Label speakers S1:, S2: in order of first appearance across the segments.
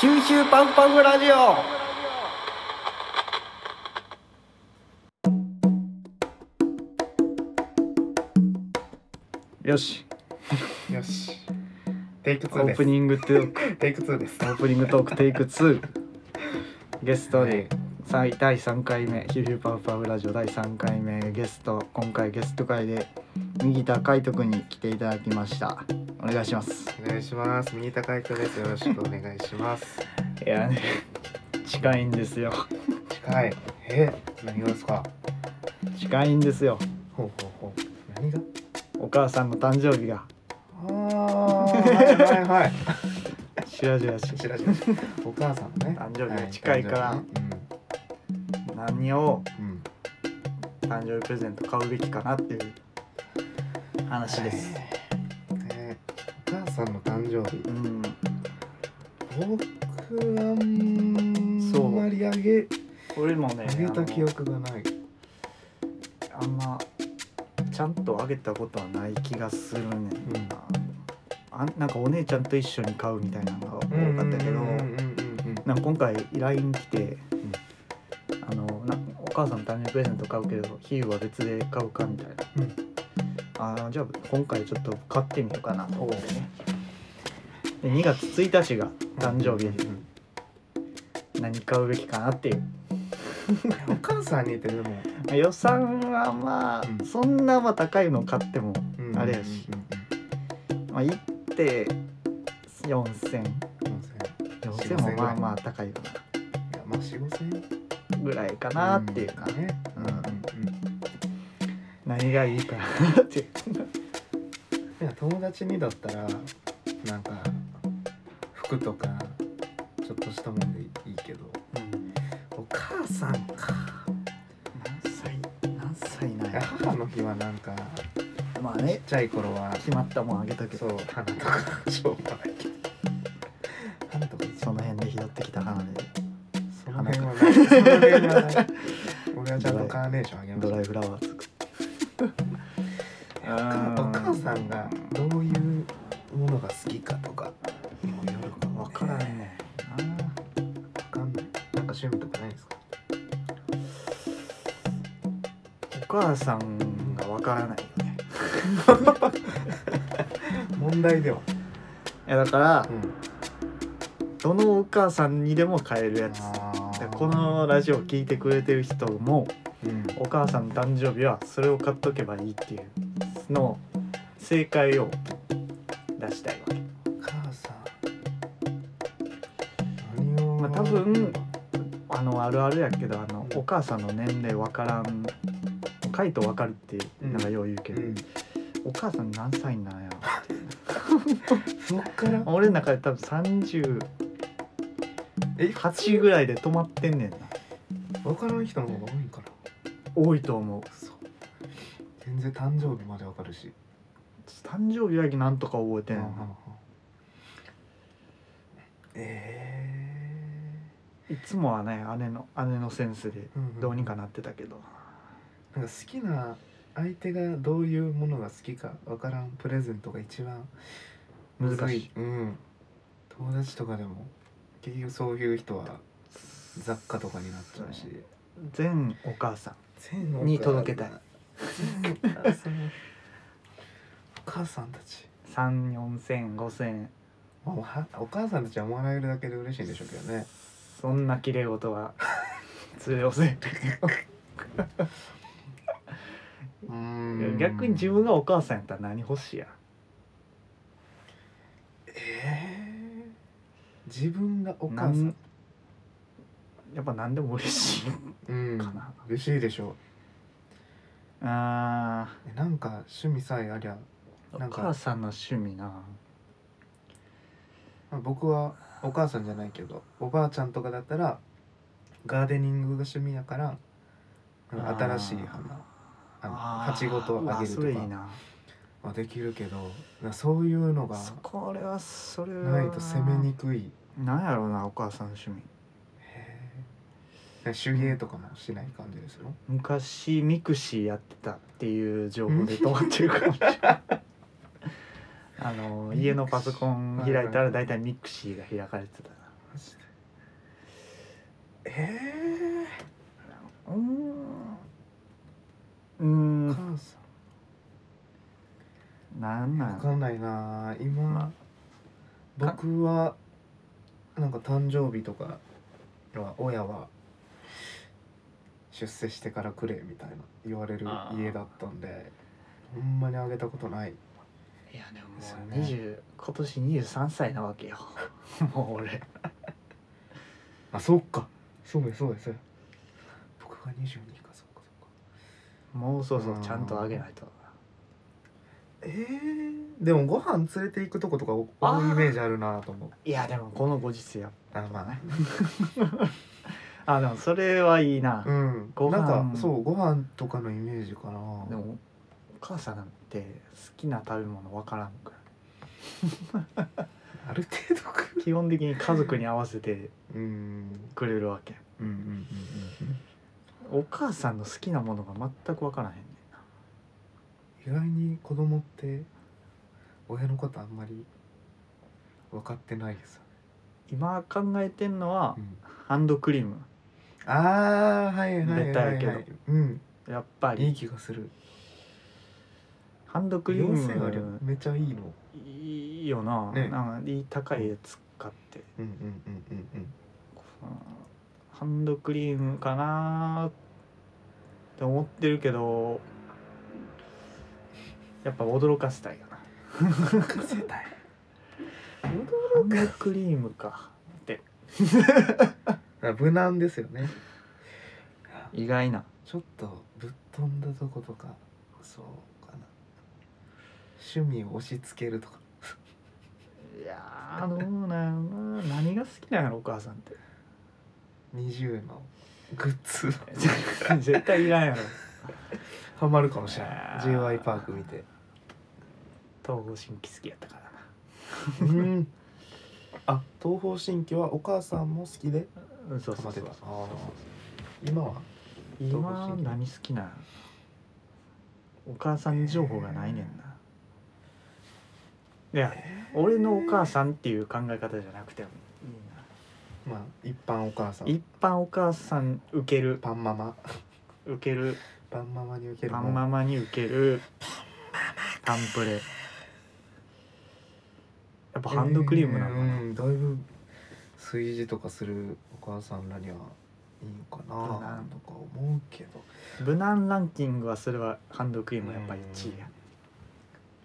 S1: シューシューパンパンラジオよし
S2: よし。テイク
S1: オー
S2: 2
S1: プ
S2: で
S1: ニングトーク
S2: す。テイク2です
S1: オ。ープニングトークテイク2ゲストでさい第3回目ヒューヒューパウパウラジオ第3回目ゲスト今回ゲスト会で右田海斗くんに来ていただきましたお願いします
S2: お願いします。ミニタカイトです。よろしくお願いします。
S1: いやね 近いんですよ
S2: 近い。え、何がですか。
S1: 近いんですよ
S2: ほうほうほう。何が。
S1: お母さんの誕生日が
S2: ああー、はいはいはい。
S1: しらじらし
S2: 知ら知ら。 お母さんのね。
S1: 誕生日が近いから
S2: はい誕
S1: 何を
S2: 生日ねうん。うん。
S1: 誕生日プレゼント買うべきかなっていう話です、
S2: はい。えーお母さんの誕生日。
S1: うん
S2: 僕は。あんまりあげ。
S1: 俺もね
S2: あげた記憶がない。
S1: あのあんまちゃんとあげたことはない気がするねんな、あんなんかお姉ちゃんと一緒に買うみたいなのが多かったけど、
S2: うんうんうんうん
S1: なんか今回 LINE 来て、
S2: ん
S1: あのなお母さんの誕生日プレゼント買うけど比喩は別で買うかみたいな、
S2: うん
S1: あーじゃあ今回ちょっと買ってみようかなと思ってねで2月1日が
S2: うん。
S1: 誕生日
S2: うんう
S1: で
S2: んうん
S1: 何買うべきかなっていう、
S2: お母さんに言ってでも、
S1: まあ予算はまあ、
S2: うん
S1: そんなまあ高いの買っても、あれやし
S2: うんうんうん
S1: まあ、行って4000
S2: うん4000円
S1: 4000もまあまあ高いよ
S2: いやまあ4 5 0円
S1: なぐらいかなっていうか、
S2: んね
S1: う
S2: うんんうんうん
S1: 何がいいかなっていう
S2: いや友達にだったらなんか服とかちょっとしたもんでいいけどお母さんか
S1: 何歳何歳なん
S2: いや
S1: や
S2: 母の日はなんか
S1: まあ
S2: ちっ
S1: ね
S2: ちゃい頃は
S1: 決まったもんあげとけ
S2: そ
S1: そう
S2: 花とか商売 花とか一番
S1: の辺で拾ってきた花で
S2: その辺はないその辺は ない俺はちゃんとカーネーションあげま
S1: ド
S2: した
S1: ライフラワー作 って
S2: お母さんがどういうものが好きかとかもうよるかも
S1: 分からん
S2: ね
S1: ね
S2: わかんないなんか趣味とかないですか
S1: お母さんが分からないよね
S2: 問題ではい
S1: やだから
S2: うん
S1: どのお母さんにでも買えるやつでこのラジオ聞いてくれてる人も
S2: うん
S1: お母さんの誕生日はそれを買っとけばいいっていうのを正解を出したいわけ
S2: お母さん何を
S1: まあ多分あのあるあるやけどあの、
S2: うん
S1: お母さんの年齢わからん書いとわかるってなんかよう言うけ
S2: う
S1: ど、
S2: ん
S1: お母さん何歳なんや
S2: そっから
S1: 俺の中で多分
S2: え
S1: 38ぐらいで止まってんねんな
S2: 分からん人の方が多いから
S1: 多いと思う
S2: そう全然誕生日までわかるし
S1: 誕生日だけなんとか覚えてんねんな
S2: え
S1: いつもはね姉の姉のセンスで
S2: え
S1: どうにかなってたけど、
S2: なんか好きな相手がどういうものが好きかわからんプレゼントが一番むず
S1: 難しい
S2: うん、友達とかでも結局そういう人は雑貨とかになっちゃうし
S1: 全お母さん
S2: 全
S1: に届けたい
S2: 全お母さんお母さんたち
S1: 3 4千5千
S2: まあおはお母さんたちはもらえるだけで嬉しいんでしょうけどね
S1: そんな綺麗事は通用せん
S2: う
S1: いや
S2: ん
S1: 逆に自分がお母さんやったら何欲しいや
S2: えー自分がお
S1: お
S2: 母さん
S1: やっぱ何でも嬉しい
S2: うん
S1: かな
S2: 嬉しいでしょう
S1: あ
S2: えなんか趣味さえありゃ
S1: ー
S2: な
S1: お
S2: んか
S1: 母さんの趣味な
S2: まあ僕はお母さんじゃないけどおばあちゃんとかだったらガーデニングが趣味やからなんか新しい花あの鉢ごとあげると
S1: うわそれいい
S2: か
S1: な
S2: はできるけどなんかそういうのが
S1: そこれはそれは
S2: ないと攻めにくい
S1: なんやろうなお母さんの趣味
S2: へえなんか手芸とかもしない感じですよ
S1: 昔ミクシーやってたっていう情報で止まってるかもしれないあの家のパソコン開いたら大体ミクシーが開かれてたな
S2: マジでえ
S1: うーん
S2: え
S1: う
S2: ー、
S1: ーん
S2: 母さ
S1: なんなん
S2: わ
S1: ん
S2: かんないな今、
S1: まか
S2: 僕はなんか誕生日とかは親は出世してからくれみたいな言われる
S1: あー
S2: 家だったんでほんまにあげたことない
S1: いやでもも
S2: ですよ
S1: う
S2: ね
S1: 20今年23歳なわけ よもう俺
S2: あそっかそうですそうです僕が22かそっかそっか
S1: もうそうそううんちゃんとあげないと
S2: えー、でもご飯連れて行くとことか多
S1: あー
S2: いイメージあるなと思う
S1: いやでもこのご時世や
S2: あまあね
S1: あでもそれはいいな、
S2: うん
S1: ご飯
S2: なんかそうご飯とかのイメージかな
S1: でもお母さんなんて好きな食べ物わからんから
S2: ある程度く
S1: 基本的に家族に合わせて
S2: うん
S1: くれるわけ
S2: うんうんうんうん
S1: お母さんの好きなものが全くわからへんねんな
S2: 意外に子供って親のことあんまり分かってないですよね、
S1: 今考えてんのは、
S2: うん、
S1: ハンドクリーム
S2: ああはいはいはい、はい、
S1: ベタやけ
S2: うん
S1: やっぱ
S2: いい
S1: り
S2: 気がする
S1: ハンドクリー
S2: 4000ありゃ
S1: ム
S2: めちゃいいの
S1: いいよな,、
S2: ね
S1: なんかいい高いやつ買って、
S2: うんうんうんうんうん
S1: うんハンドクリームかなーって思ってるけどやっぱ驚かせたいよな
S2: かせたい
S1: ハンドクリームかって
S2: 無難ですよね
S1: 意外な
S2: ちょっとぶっ飛んだとことかそうかな趣味を押し付けるとか
S1: いやーどうなんやろな何が好きなんやろお母さんって
S2: 20のグッズ
S1: 絶対いらんやろ
S2: ハマるかもしれない
S1: あー
S2: j y パーク見て
S1: 東方神起好きやったからな
S2: うんあ東方神起はお母さんも好きで
S1: うんそうそうそう
S2: ハマってたあー今は東方
S1: 今
S2: 神起
S1: 何好きなんやろお母さん情報がないねんな、いや俺のお母さんっていう考え方じゃなくてもいいな
S2: まあ一般お母さん
S1: 一般お母さん受ける
S2: パンママ
S1: 受ける
S2: パンママに受ける
S1: パンママに受けるタンプレやっぱハンドクリームなのか
S2: え
S1: な、
S2: ーうんだいぶ炊事とかするお母さんらにはいいのか
S1: 無
S2: な
S1: 難
S2: とか思うけど
S1: 無難ランキングはそれはハンドクリームやっぱ1位や、
S2: や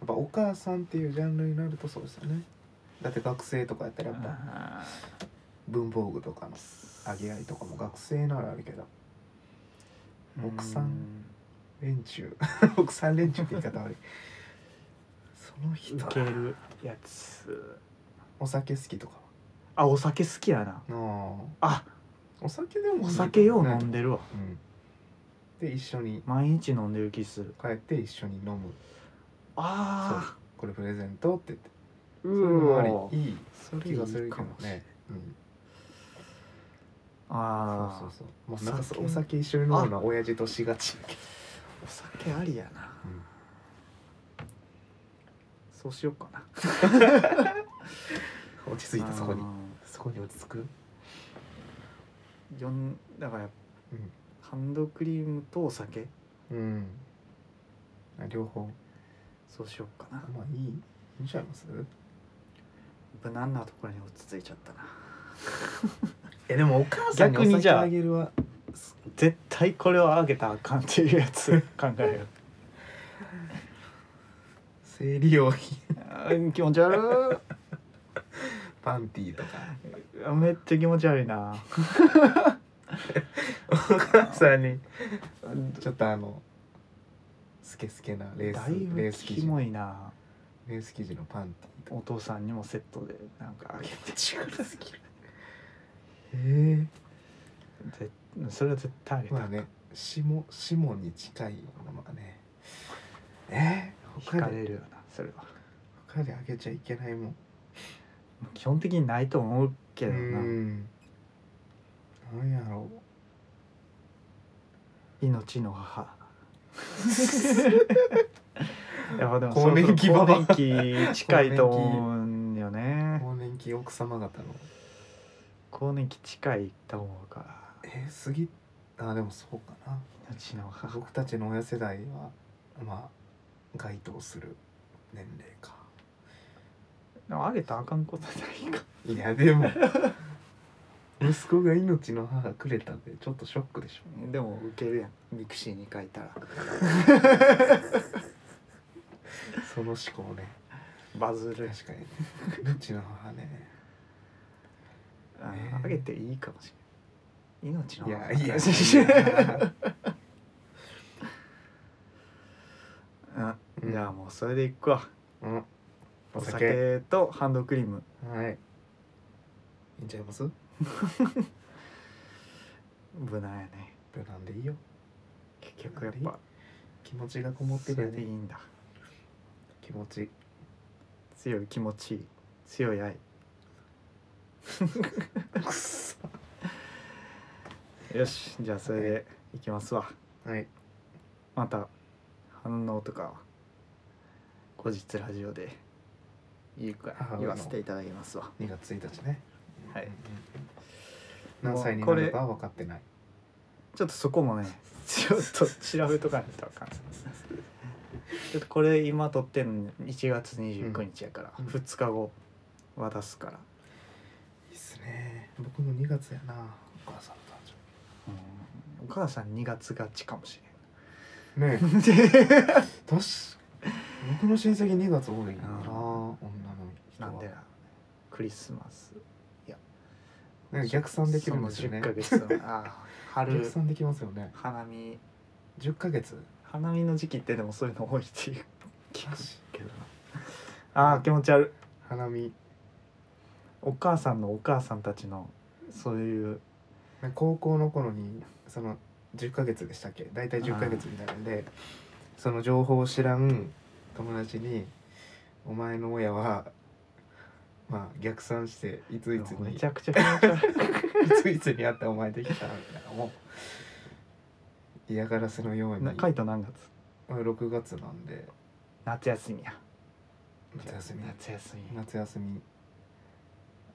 S2: っぱお母さんっていうジャンルになるとそうですよねだって学生とかやったらやっぱ
S1: あ
S2: 文房具とかの
S1: ー
S2: あげ合いとかも学生ならあるけど奥さん連中 奥さん連中って言い方悪いその
S1: うん
S2: 人
S1: 受けるやつ
S2: お酒好きとか
S1: あお酒好きやな
S2: なあ
S1: あ
S2: お酒でもいいかも
S1: お
S2: ね
S1: 酒よう飲んでるわ
S2: うんで一緒に
S1: 毎日飲んでる気する
S2: 帰って一緒に飲む
S1: あ
S2: これプレゼントって言って
S1: あう
S2: それもあり
S1: ー
S2: いい
S1: それい
S2: 気
S1: い
S2: がする
S1: か
S2: けど
S1: もしれん
S2: ねうんそう
S1: ああ
S2: そうそうまあなんか
S1: お
S2: そ
S1: 酒
S2: お酒一緒に飲むのは親父としがちやけど
S1: お酒ありやなそうしよ うかな
S2: 落ち着いたそこに
S1: あ
S2: そこに落ち着く
S1: ーよんだから
S2: うん、
S1: ハンドクリームとお酒
S2: うん、あ両方
S1: そうしようかな
S2: まあいいいいんちゃいます
S1: 無難なところに落ち着いちゃったな
S2: えでもお母
S1: さんにお酒あ
S2: あげるは
S1: 絶対これをあげたらあかんっていうや つ考える
S2: 生理用品
S1: あー気持ち悪
S2: パンティーとか
S1: いあめっちゃ気持ち悪いな
S2: お母さんにちょっとあのスケスケなレ
S1: だい
S2: ースレ
S1: ぶ
S2: ース生
S1: キ
S2: 地
S1: モいな
S2: レース生地のパンティーとか
S1: お父さんにもセットでなんかあげ て
S2: 好きえ
S1: 絶それは絶対あげ
S2: え
S1: たら
S2: まあね下下に近いものがねえー、
S1: 惹
S2: 他
S1: か
S2: で
S1: れるよなそれは
S2: 他であげちゃいけないもん
S1: 基本的にないと思うけど
S2: う
S1: なん
S2: なんやろう
S1: 命の 母やっぱでも
S2: 更年期ババア
S1: 更年期近いと思うんよね
S2: 更年期奥様方の
S1: 更年期近いと思うから
S2: えー、過ぎあでもそうかな
S1: うちの母
S2: 僕たちの親世代はまあ該当する年齢か
S1: でもあげたらあかんことないか
S2: いやでも 息子が命の母くれたんでちょっとショックでしょ
S1: でも受けるやんミクシーに書いたら
S2: その思考ね
S1: バズる
S2: 確かに命の母ね
S1: あの
S2: えー
S1: あげていいかもしれない命の
S2: いや
S1: 話
S2: い やいや
S1: うんじゃあもうそれでいくわ
S2: うん
S1: お
S2: お
S1: 酒
S2: 酒
S1: とハンドクリーム
S2: はいいいんちゃいます
S1: 無難やね
S2: 無難でいいよ
S1: 結局やっぱ
S2: 気持ちがこもって
S1: そ
S2: る
S1: れ
S2: よ
S1: でいい
S2: ね
S1: んだ
S2: 気持ち
S1: 強い気持ちいい強い愛
S2: くそ
S1: よしじゃあそれでいきますわ
S2: はい
S1: また反応とかは後日ラジオで言うか
S2: あ
S1: 言わせていただきますわ
S2: 2月1日ね
S1: はい
S2: うんうんうん何歳になれば分かってない
S1: ちょっとそこもね ちょっと調べとかないとあかんちょっとこれ今撮ってんの1月29日やから、
S2: うん
S1: 2日後渡すから、
S2: いいっすね僕も2月やなお母さんの誕
S1: お母さん2月がちかもし
S2: 生日ね
S1: れんで
S2: え確か僕の親戚2月多いな
S1: うん
S2: 女の人
S1: な
S2: は
S1: んでなクリスマス
S2: なんか逆算できるんです
S1: そ
S2: よ
S1: の
S2: ね
S1: 10ヶ月のああ
S2: 逆
S1: 春
S2: 算できますよね
S1: 花見
S2: 10ヶ月
S1: 花見の時期ってでもそういうの多いっていう聞
S2: マ
S1: く
S2: ジ
S1: けどなああ気持ち悪い
S2: 花見
S1: お母さんのお母さんたちのそういう
S2: なんか高校の頃にその10ヶ月でしたっけ大体10ヶ月みたいなんでその情報を知らん友達に「お前の親はまあ逆算していついつ
S1: め
S2: にい
S1: ちゃくちゃ気持ち悪い
S2: ついつに会ったお前できた」みたいなもう嫌がらせのように
S1: な カイト何月
S2: 6月なんで
S1: 夏休みや
S2: 夏休み
S1: 夏休み
S2: 夏休み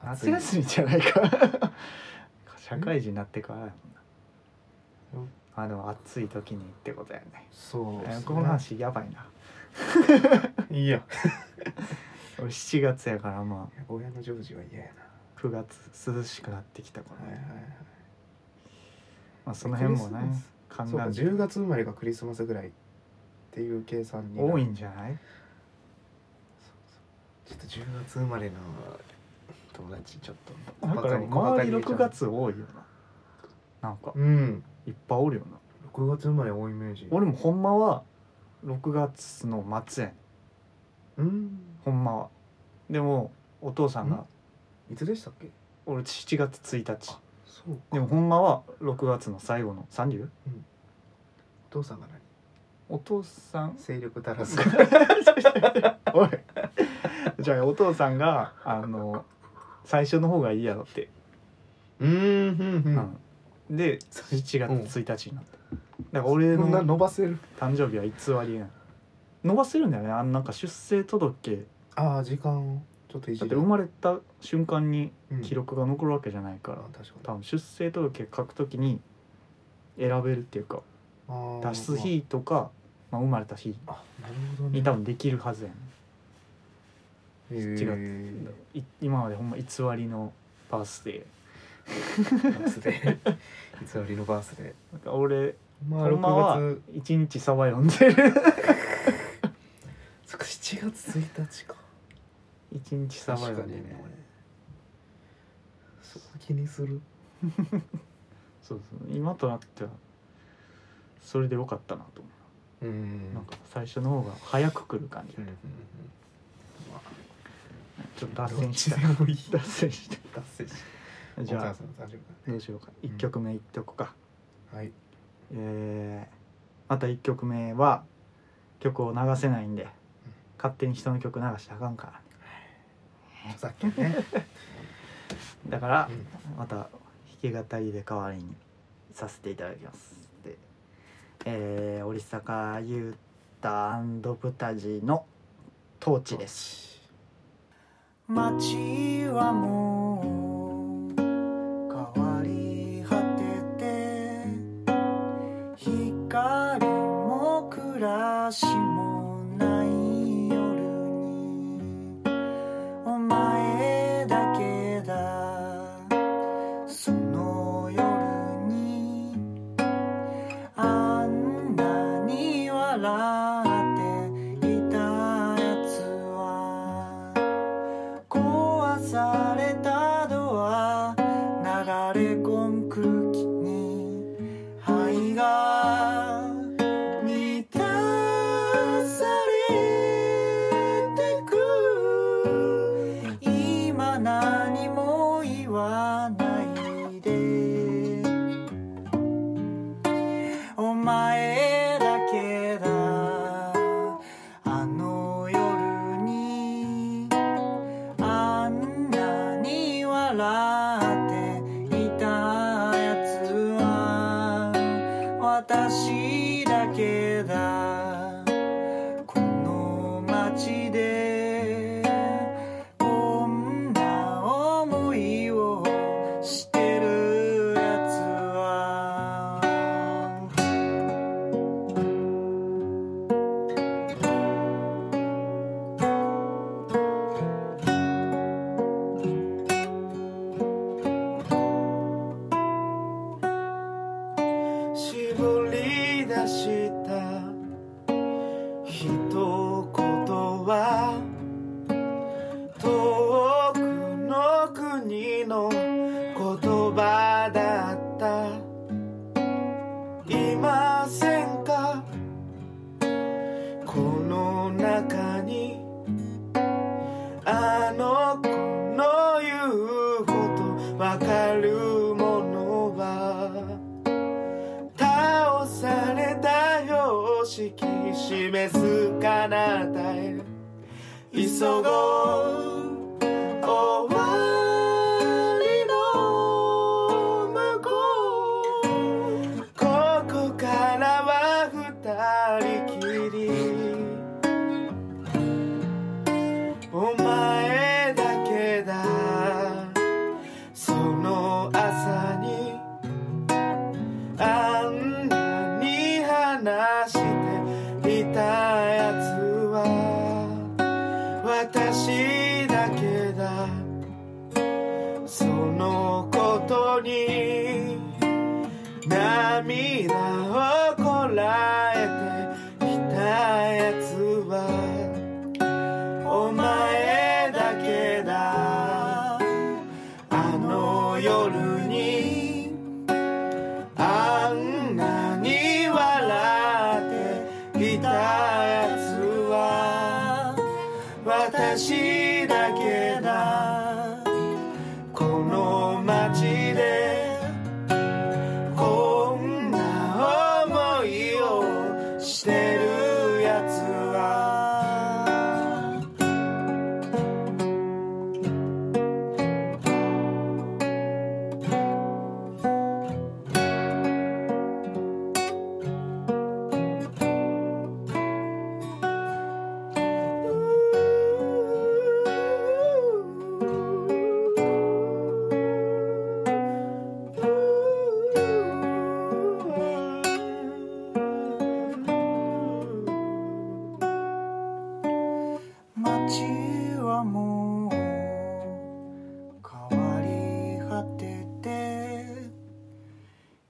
S1: 夏休みじゃないか 社会人になってからやもん
S2: うん
S1: なあでも暑い時にってことやね
S2: そう
S1: えーこの話やばいない
S2: いや
S1: 俺7月やからま
S2: 親のジョージは嫌やな
S1: あ9月涼しくなってきたから
S2: はいはい
S1: ね、
S2: はい
S1: まあ、その辺も
S2: クリスマ
S1: ね
S2: ス
S1: 考
S2: そうか
S1: えて
S2: 10月生まれがクリスマスぐらいっていう計算になる
S1: 多いんじゃない
S2: ちょっと10月生まれの友達ちょっと
S1: なんかでも周り6月多いよななんか
S2: うん
S1: いっぱいおるよな
S2: 6月生まれ多いイメージ
S1: 俺もほんまは6月の末やねん
S2: うん
S1: ほんまはでもお父さんが
S2: んいつでしたっけ
S1: 俺7月1日
S2: そうか
S1: でもほんまは6月の最後の 30?
S2: お父さんが何
S1: お父さん
S2: 勢力たらず
S1: おい じゃあお父さんがあの最初の方がいいやろって、
S2: うんうんう
S1: うんで7月1日になった、だから俺
S2: こんな
S1: の
S2: 伸ばせる
S1: 誕生日は偽りない伸ばせるんだよねあのなんか出生届
S2: ああ時間をちょっといじ
S1: だっ
S2: る
S1: て生まれた瞬間に
S2: うん
S1: 記録が残るわけじゃないから、
S2: あ確か
S1: 多
S2: に
S1: 分出生届書くときに選べるっていうか
S2: あー
S1: 脱出日とか、まあ、生まれた日
S2: あなるほどね
S1: に多分できるはずやね、
S2: へ
S1: ん
S2: ー
S1: い今までほんま偽りのバースデ
S2: バースデー偽りのバースデー
S1: ーなんか俺
S2: ま
S1: ほんまは
S2: 6月
S1: 一日サバ読んでる
S2: そっか7月1日か
S1: 一日サバ読んでるね俺
S2: そこ気にする
S1: そうそう今となってはそれでよかったなと思
S2: うん
S1: うなんか最初の方が早く来る感じ、
S2: うんうん
S1: ちょっと脱線した
S2: どっちでもいい
S1: 脱線した
S2: 達成し
S1: じゃ
S2: お母さんの誕生日
S1: あどうしようか1曲目いっとこうか、
S2: だねはい
S1: えーまた1曲目は曲を流せないんで勝手に人の曲流してあかんからね
S2: 著作権ね、
S1: だから
S2: うん
S1: また弾き語りで代わりにさせていただきますでえー、織坂優太ブタジの「トーチ」です街はもう
S3: 流れ込む空気に肺が満たされてく今何も言わないでお前だけだあの夜にあんなに笑っていたやつは私だけだこの街でこんな思いをしてるやつは絞り出した一言は遠くの国の言葉だったいませんかこの中にあの子の言うことわかるものは倒された様式示す彼方へ急ごう終わりの向こうここからは二人きりお前だけだその朝にあんなに話していたやつは私だけだそのことに涙をこらえていたやつはお前だけだあの夜にあんなに笑っていたやつは私だけだこの街でこんな思いをしてるやつは街はもう変わり果てて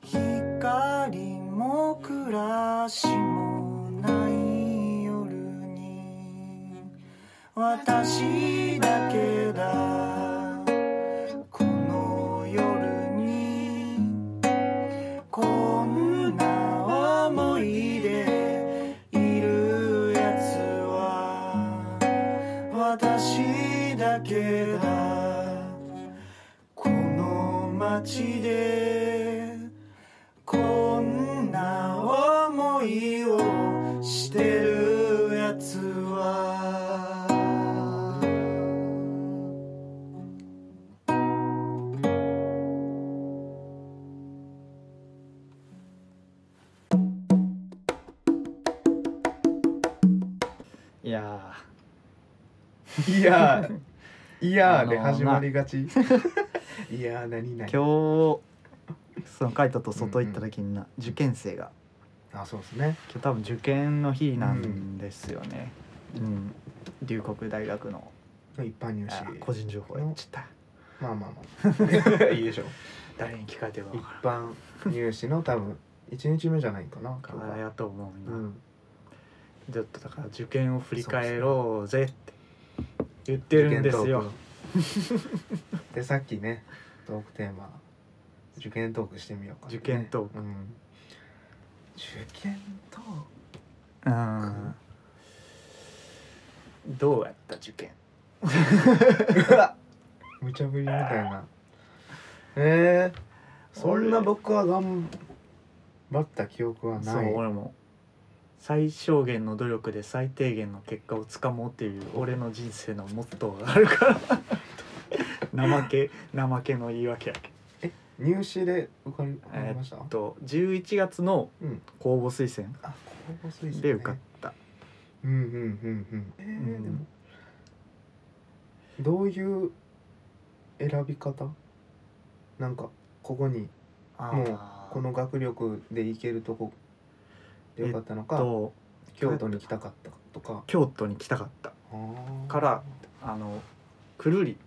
S3: 光も暮らしもない夜に私だけだこの夜にこんな思いでいるやつは私だけだこの街でこんな思いをしてるやつはいや
S2: いやーいや
S3: あ
S2: ー
S3: のー
S2: で始まりがちいやー何々
S3: 今日そのカイトと外行った時にな、受験生が
S2: あそうですね
S3: 今日多分受験の日なんですよね、うん龍谷大学の
S2: 一般入
S3: あ
S2: 試
S3: 個人情報言っちゃっ
S2: まあまあまあ いいでしょう
S3: た誰に聞かれても
S2: 一般入試の多分1日目じゃないかな
S3: か
S2: 今日
S3: ら
S2: は
S3: やと思う
S2: う
S3: な、
S2: ん
S3: ちょっとだから受験を振り返ろうぜって言ってるんです
S2: 受験ト
S3: よ
S2: ークでさっきねトークテーマ受験トークしてみようか、
S1: 受験トーク
S2: うん、受験トーク
S1: うんどうやった受験
S2: 無茶ぶりみたいなえー、そんな僕は頑張った記憶は
S1: そ
S2: な
S1: う
S2: い
S1: 俺も最小限の努力で最低限の結果をつかもうっていう俺の人生のモットーがあるから 怠け怠けの言い訳やけ
S2: 入試で受かり受かりました、
S1: ど11月の
S2: うん
S1: 公募推薦
S2: あ高校推薦、ね、
S1: で受かった、
S2: うんうんうんうんえー
S1: うん
S2: でもどういう選び方なんかここに
S1: あ
S2: も
S1: ー
S2: うこの学力でいけるとこでよかったのか、
S1: と
S2: 京都に来たかったとか
S1: 京都に来たかった
S2: あー
S1: からあのくるり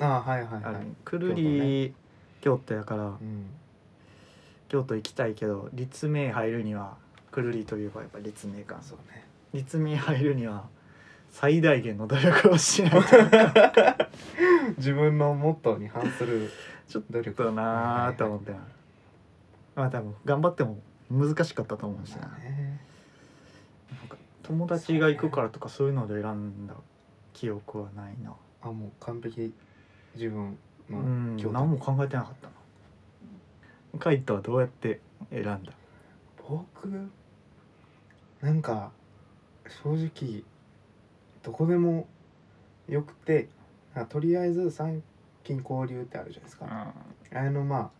S2: あーはいはい
S1: あ
S2: は
S1: る
S2: い、
S1: くるり京都やから
S2: うん、
S1: 京都行きたいけど立命入るにはくるりといえばやっぱ立命館
S2: そうね
S1: 立命入るには最大限の努力をしないと
S2: 自分のモットーに反する
S1: ちょっ
S2: 努力
S1: と なーと思ってなまあ多分頑張っても難しかったと思うしな
S2: そうね
S1: なんか友達が行くからとかそういうので選んだ記憶はないな
S2: あもう完璧自分
S1: う
S2: の
S1: ん
S2: 京都
S1: 何も考えてなかったなカイトはどうやって選んだ
S2: 僕なんか正直どこでもよくてあとりあえず参勤交流ってあるじゃないですか、あれのま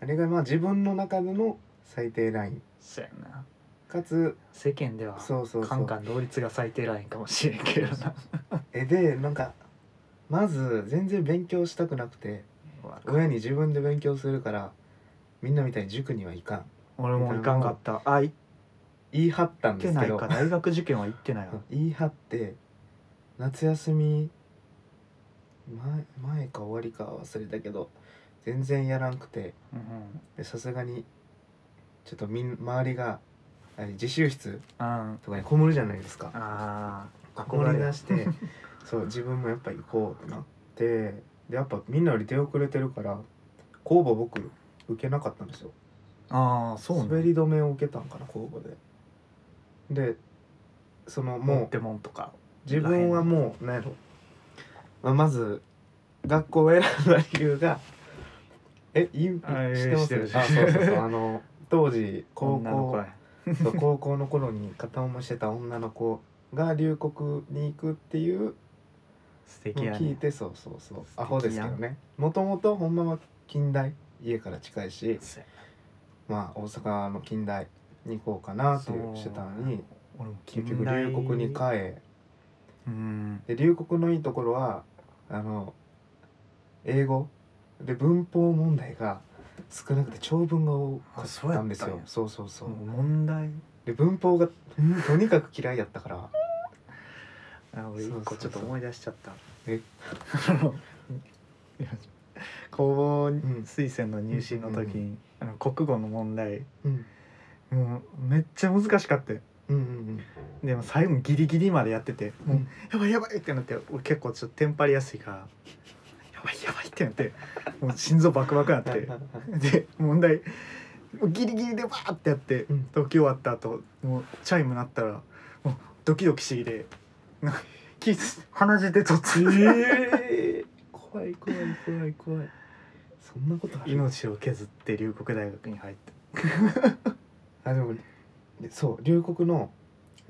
S2: ああれがまあ自分の中での最低ライン
S1: そうやな
S2: かつ
S1: 世間では
S2: そうそうそう
S1: カンカン同率が最低ラインかもしれんけどな
S2: えでなんかまず全然勉強したくなくて親に自分で勉強するからみんなみたいに塾には行かん
S1: 俺も行かんかったあ行っ
S2: 言い張ったんで
S1: て
S2: す
S1: な
S2: け
S1: い
S2: ど
S1: か大学受験は行ってないわ
S2: 言い張って夏休み前前か終わりか忘れたけど全然やらんくて
S1: うん
S2: でさすがにちょっとみん周りがあれ自習室
S1: あ
S2: とかにこもるじゃないですか
S1: あ
S2: こもり出してそう自分もやっぱ行こうってなってでやっぱみんなより出遅れてるから公募僕受けなかったんですよ
S1: ああそう
S2: 滑
S1: ね
S2: り止めを受けたんかな公募ででそのもう
S1: 持ってもんとか
S2: 自分はもう何やろ、まあ、まず学校を選んだ理由が えい知って
S1: あえー
S2: ま
S1: 知っ
S2: す
S1: てる
S2: あそうそうそう あの当時高
S1: 女の子
S2: 校
S1: や
S2: そう高校の頃に片思いしてた女の子が留国に行くっていう
S1: 素敵
S2: のを
S1: や
S2: 聞い
S1: ね
S2: て、そうそうそう
S1: 素敵やん
S2: アホですけどねもともとほんまは近代家から近いし
S1: そうや
S2: まあ大阪の近代に行こうかなっていう
S1: そう
S2: してたのに
S1: 俺も
S2: 結局留国に帰
S1: っ
S2: え
S1: うん
S2: で留国のいいところはあの英語で文法問題が少なくて長文が多かったんです
S1: あそうやったん
S2: よ
S1: や
S2: そうそうそう
S1: もう問題
S2: で文法がうんとにかく嫌いやったから
S1: あ俺一
S2: そうそ
S1: 個
S2: う
S1: ち
S2: そ
S1: ょっ
S2: う
S1: と思い出しちゃった
S2: え
S1: あのいや公
S2: う
S1: 募
S2: ん
S1: 推薦の入試の時に、あの国語の問題
S2: うん
S1: もうめっちゃ難しかったよ
S2: うんうん
S1: でも最後ギリギリまでやってて「
S2: う
S1: もうんやばいやばい!」ってなって俺結構ちょっとテンパりやすいから「やばいやばい!」ってなってもう心臓バクバクなっ
S2: はい
S1: て
S2: はいは い
S1: で問題もうギリギリでバーってやって
S2: うん
S1: 解き終わった後もうチャイム鳴ったらもうドキドキしてきてなんかキス鼻血で突入
S2: えー怖い怖い怖い怖いそんなことあ る
S1: 命を削って龍谷大学に入って
S2: あでもでそう留国の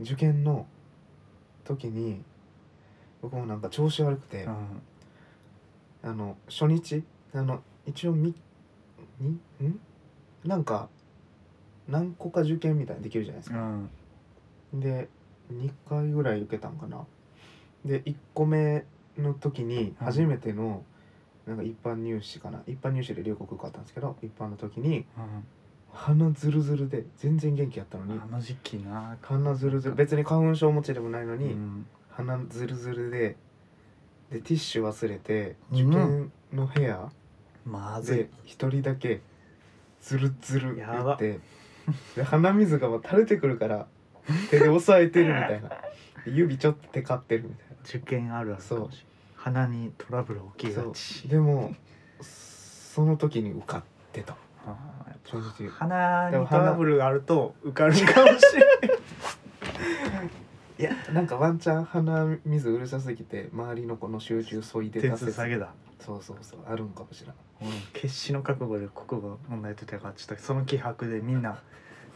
S2: 受験の時に僕もなんか調子悪くて、
S1: うん
S2: あの初日あの一応みにんなんか何個か受験みたいにできるじゃないです
S1: う
S2: か、
S1: ん
S2: で2回ぐらい受けたんかなで1個目の時に
S1: うん
S2: 初めての、なんか一般入試かな一般入試で留国受かったんですけど一般の時に鼻ズルズルで全然元気やったの
S1: う
S2: に
S1: んあの時期な
S2: 鼻ズルズル別に花粉症持ちでもないのに、
S1: うん
S2: 鼻ズルズルででティッシュ忘れて
S1: うん
S2: 受験の部屋、
S1: まずい
S2: で一人だけズルズル
S1: や
S2: 言
S1: ば
S2: ってで鼻水がもう垂れてくるから手で押さえてるみたいな指ちょっとテカってるみたい
S1: 受験あるあるかもしれん鼻にトラブル起きが
S2: な
S1: ち
S2: でもその時に受かっってた
S1: あーやっ
S2: 正直
S1: ぱ鼻
S2: でも
S1: にト
S2: 鼻
S1: ラブルがあると受かるかもしれない
S2: いやなんかワンチャン鼻水うるさすぎて周りの子の集中そい で
S1: 点
S2: 出
S1: 数
S2: せ
S1: 下げだ
S2: そうそうそうあるんかもしれない
S1: 俺も決死の覚悟で国語問題解いたからちょっとその気迫でみんな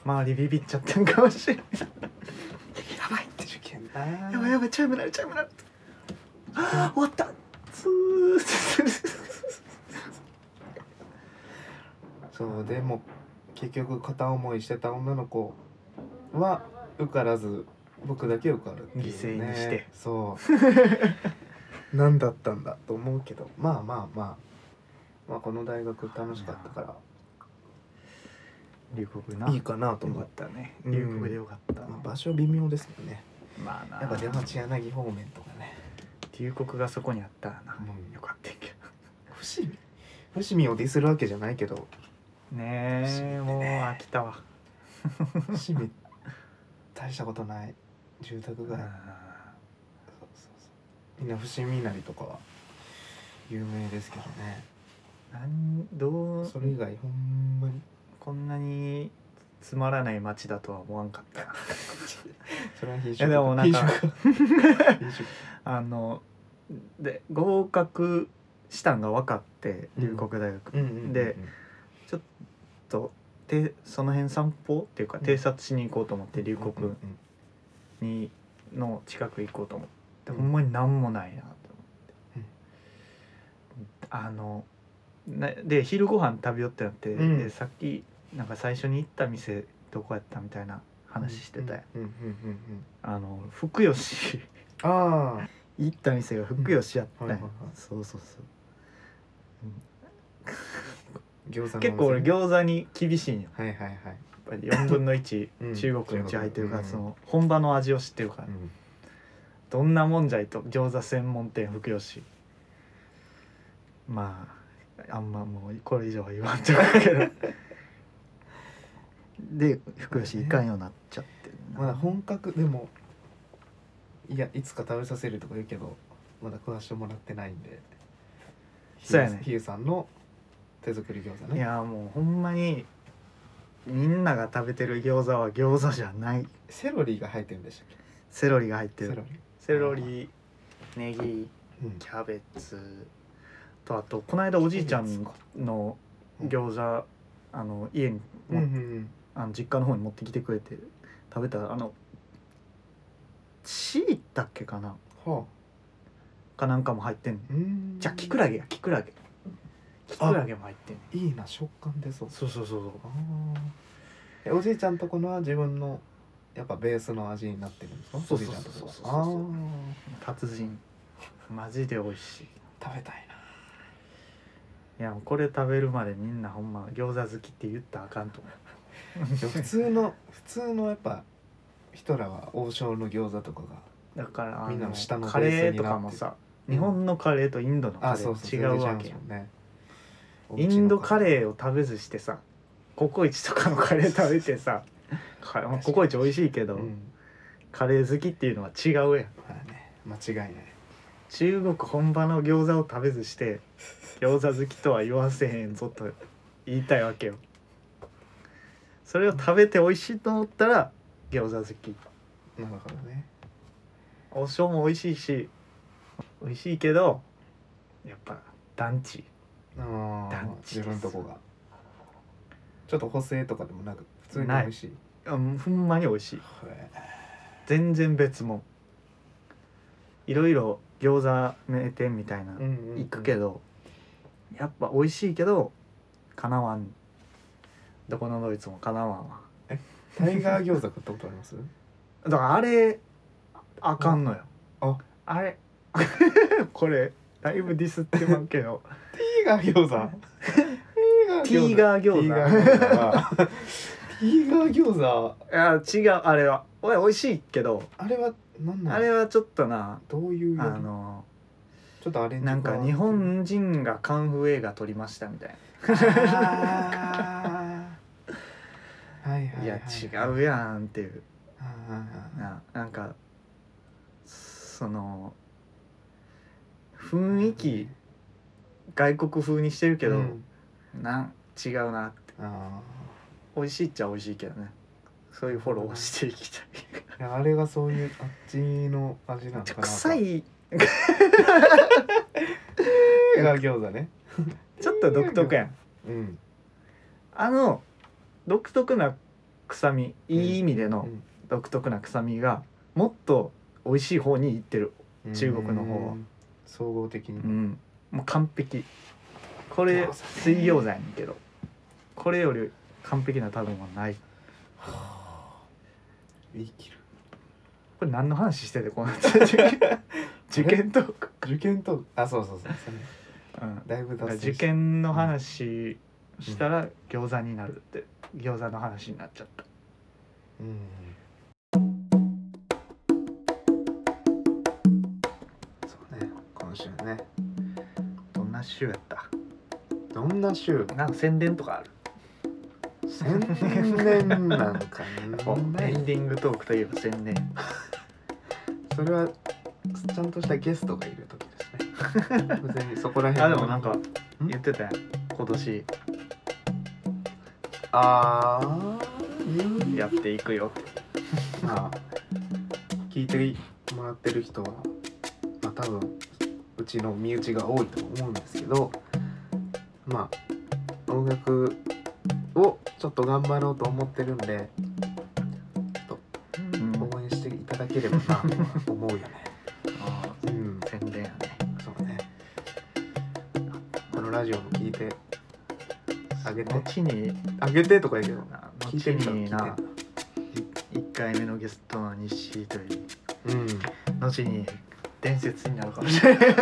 S1: 周りビビっちゃってんかもしれないやばいって
S2: 受験だや
S1: やばいやばいチャイムなるチャイムなるあー終わったつー
S2: そうでも結局片思いしてた女の子は受からず僕だけ受かるっていう、ね、
S1: 犠牲にして
S2: そう 何だったんだと思うけどまあまあまあまあこの大学楽しかったか
S1: 留国な
S2: らいいかなと
S1: よ
S2: 思
S1: か
S2: っ、
S1: ってたね
S2: うん
S1: 留国でよかった、
S2: まあ、場所微妙ですけどね
S1: まあな
S2: やっぱ出町柳方面とかね
S1: 留国がそこにあったらな、
S2: うん
S1: よかったんやけ
S2: 伏見伏見をディスるわけじゃないけど
S1: どねえもう飽きたわ
S2: 伏見大したことない住宅街
S1: あ
S2: そうそうそうみんな伏見稲荷とかは有名ですけどね
S1: ーなんどう
S2: それ以外ほんまに
S1: こんなにつまらない街だとは思わんか ったな
S2: それは品
S1: いや
S2: 種
S1: でもなんか
S2: 品種
S1: あので合格したんが分かって
S2: うん
S1: 龍谷大学
S2: うんうんうんうん
S1: でと、てその辺散歩っていうか
S2: うん
S1: 偵察しに行こうと思って龍
S2: うんう
S1: 谷
S2: んうん
S1: にの近く行こうと思って、
S2: うん
S1: ほんまに何もないなと
S2: う
S1: 思
S2: ん
S1: って、あのなで昼ご飯食べよってなって、
S2: うん
S1: でさっきなんか最初に行った店どこやったみたいな話してたやん、
S2: うんうんうんうん
S1: あの福吉
S2: あ
S1: 行った店が福吉やったんや、
S2: うんはいはいはい
S1: そうそうそう
S2: ー餃子の
S1: 結構俺
S2: お店
S1: 餃子に厳しいんよ
S2: はいはいはい
S1: やっぱり4分の1
S2: うん
S1: 中国のうち入ってるから、
S2: 中
S1: そ
S2: 国
S1: の本場の味を知ってるから、
S2: うん
S1: どんなもんじゃいと餃子専門店福吉まああんまもうこれ以上は言わんちゃうけ どで福吉行かんようになっちゃってるな
S2: まだ本格でもいやいつか食べさせるとか言うけどまだ食わしてもらってないんで
S1: そうやね
S2: ひゆさんの手作り餃子ね
S1: いやもうほんまにみんなが食べてる餃子は餃子じゃない
S2: セロリが入ってるんでしたっ
S1: セロリが入って
S2: けセ
S1: る
S2: ロリ
S1: セロリネギ
S2: うん
S1: キャベツとあとこの間おじいちゃんの餃子あの家に
S2: うん
S1: 持
S2: う
S1: っ
S2: んうん
S1: あの実家の方に持ってきてくれて食べたらあのしいたけかな
S2: は
S1: かなんかも入ってんね
S2: あうん
S1: んじゃあきくらげやきくらげきくらげも入ってんねん
S2: いいな食感でそう
S1: そうそうそうそう
S2: あーえおじいちゃんとこのは自分のやっぱベースの味になってるんですか
S1: そうそう
S2: おじいちゃんとこは
S1: そうそうそうそう
S2: あ
S1: 達人マジで美味しい
S2: ー食べたい ない
S1: やもうこれ食べるまでみんなほんま餃子好きって言ったらあかんと思
S2: でも普通の普通のやっぱ人らは王将の餃子とかが
S1: うだからあ
S2: みんなの下の
S1: カレーとかもさ
S2: ベースに
S1: 日
S2: なってる
S1: 本のカレーとインドのカ
S2: あ
S1: レ
S2: そうそ
S1: ー
S2: う
S1: 違うわ
S2: 全然
S1: け
S2: 違い
S1: や
S2: ますもんね
S1: インドカ
S2: ー
S1: レーを食べずしてさココイチとかのカレー食べてさ カレーまあココイチ美味しいけど、
S2: うん
S1: カレー好きっていうのは違うやん
S2: まあね間違いない
S1: 中国本場の餃子を食べずして餃子好きとは言わせへんぞと言いたいわけよそれを食べて美味しいと思ったら餃子好き
S2: なるほどね
S1: お醤も美味しいし美味しいけどやっぱ団地
S2: ああ
S1: 団地
S2: 自
S1: です
S2: 分とこがちょっと補正とかでもなく普通に美味しい
S1: うんほんまに美味しい
S2: へえ
S1: 全然別もんいろいろ餃子名店みたいな
S2: うんうんうん
S1: 行くけど、やっぱ美味しいけどかなわんどこのドイツもかなわんわ
S2: タイガー餃子買ったことあります
S1: だからあれああかんのよ
S2: あ
S1: あれ これだいぶディスってまうけど
S2: ティーガ ー餃子
S1: ティーガー
S2: ティーガー
S1: 餃
S2: 餃子はティーガー餃子
S1: 子いや違うあれはおい美味しいけど、
S2: あれは何なの
S1: あれはちょっとな
S2: どういう
S1: あ
S2: あの
S1: の
S2: ちょっとアレンジ
S1: なんか日本人がカンフー映画撮りましたみたいな
S2: あーはいはいい
S1: や
S2: は
S1: 違うやんっていう
S2: あー
S1: ななんかその雰囲気外国風にしてるけど、
S2: うん
S1: なん違うなって
S2: あ
S1: 美味しいっちゃ美味しいけどねそういうフォローをしていきたい
S2: ーいやあれがそういうあっちの味なの
S1: ちょ
S2: かな
S1: 臭い
S2: が餃子ね
S1: ちょっと独特やん
S2: うん
S1: あの独特な臭みいい意味で
S2: う
S1: の
S2: ん
S1: 独特な臭みがもっと美味しい方にいってる中国の方は
S2: うん総合的に、
S1: うんもう完璧これ
S2: 餃子ね
S1: 水餃子やねんけどこれより完璧な食べ物ない
S2: 言い切る
S1: これ何の話しててこう なってる受験受験トーク、
S2: 受験とあそうそうそうそれ
S1: うん、
S2: だいぶ
S1: だから
S2: 脱
S1: 受
S2: 線し
S1: 験の話したら餃子になるって餃子の話になっちゃった
S2: うんそうね今週ね
S1: どんな週やった
S2: どん な週
S1: なんか宣伝とかある
S2: 宣伝なんか
S1: エ
S2: ね
S1: ンディングトークといえば宣伝
S2: それはちゃんとしたゲストがいる 時ですね別にそこら
S1: あ
S2: 辺
S1: で
S2: の
S1: もなんか言ってたやん今年
S2: ああい
S1: や
S2: や
S1: っていくよって
S2: まあ聞いてもらってる人はまあ多分うちの身内が多いと思うんですけどまあ音楽をちょっと頑張ろうと思ってるんで
S1: うん
S2: 応援していただければなと思うよね
S1: あ
S2: うん
S1: ー宣伝やね
S2: そうねこのラジオも聞いてあげて
S1: 後に
S2: あげてとか言うけど
S1: な
S2: 聞いて
S1: 後
S2: み
S1: に
S2: た聞い
S1: な
S2: て
S1: 1回目のゲストの西という
S2: うん
S1: 後に伝説になるかもしれない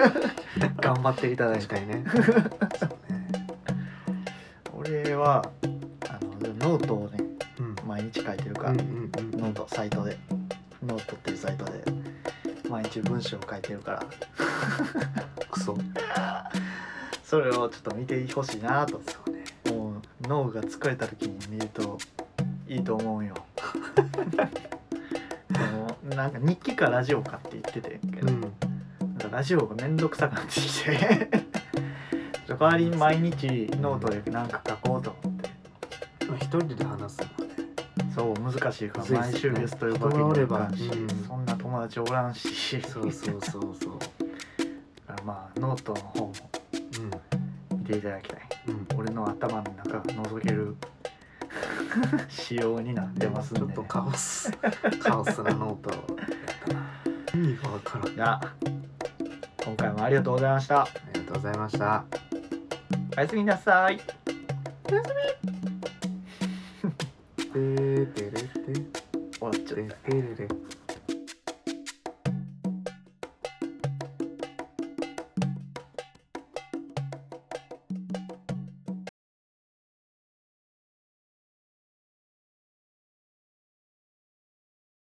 S1: 頑張っていただい
S2: 確
S1: て
S2: かにねそうね
S1: 俺はあのノートをね
S2: うん
S1: 毎日書いてるから、
S2: うんうんうん
S1: ノートサイトでノートっていうサイトで毎日文章を書いてるから
S2: クソ
S1: それをちょっと見てほしいなと
S2: そうね
S1: もう脳が疲れた時に見るといいと思 うんよこのなんか日記かラジオかって言っててんけど、
S2: うん
S1: なんかラジオがめんどくさくなって きて代わりに毎日ノートで何か書こうと思って
S2: まあ一人で話すのはね
S1: そう難しいから
S2: むずいっすね
S1: 毎週ゲスト呼ぶわけにもいかんし、
S2: 人がおればうん
S1: そんな友達おらんし
S2: そうそうそうそう
S1: だからまあノートの方も見ていただきたい
S2: うんうん
S1: 俺の頭の中が覗け る仕様になってますんで、
S2: ちょ
S1: ね、
S2: っとカオ スカオスなノートやったな意味がわからんあ
S1: じゃあ今回もありがとうございました
S2: りがとうございました
S1: おやすみなさい
S2: てーてれて
S1: 終わっちゃった
S2: てれてれ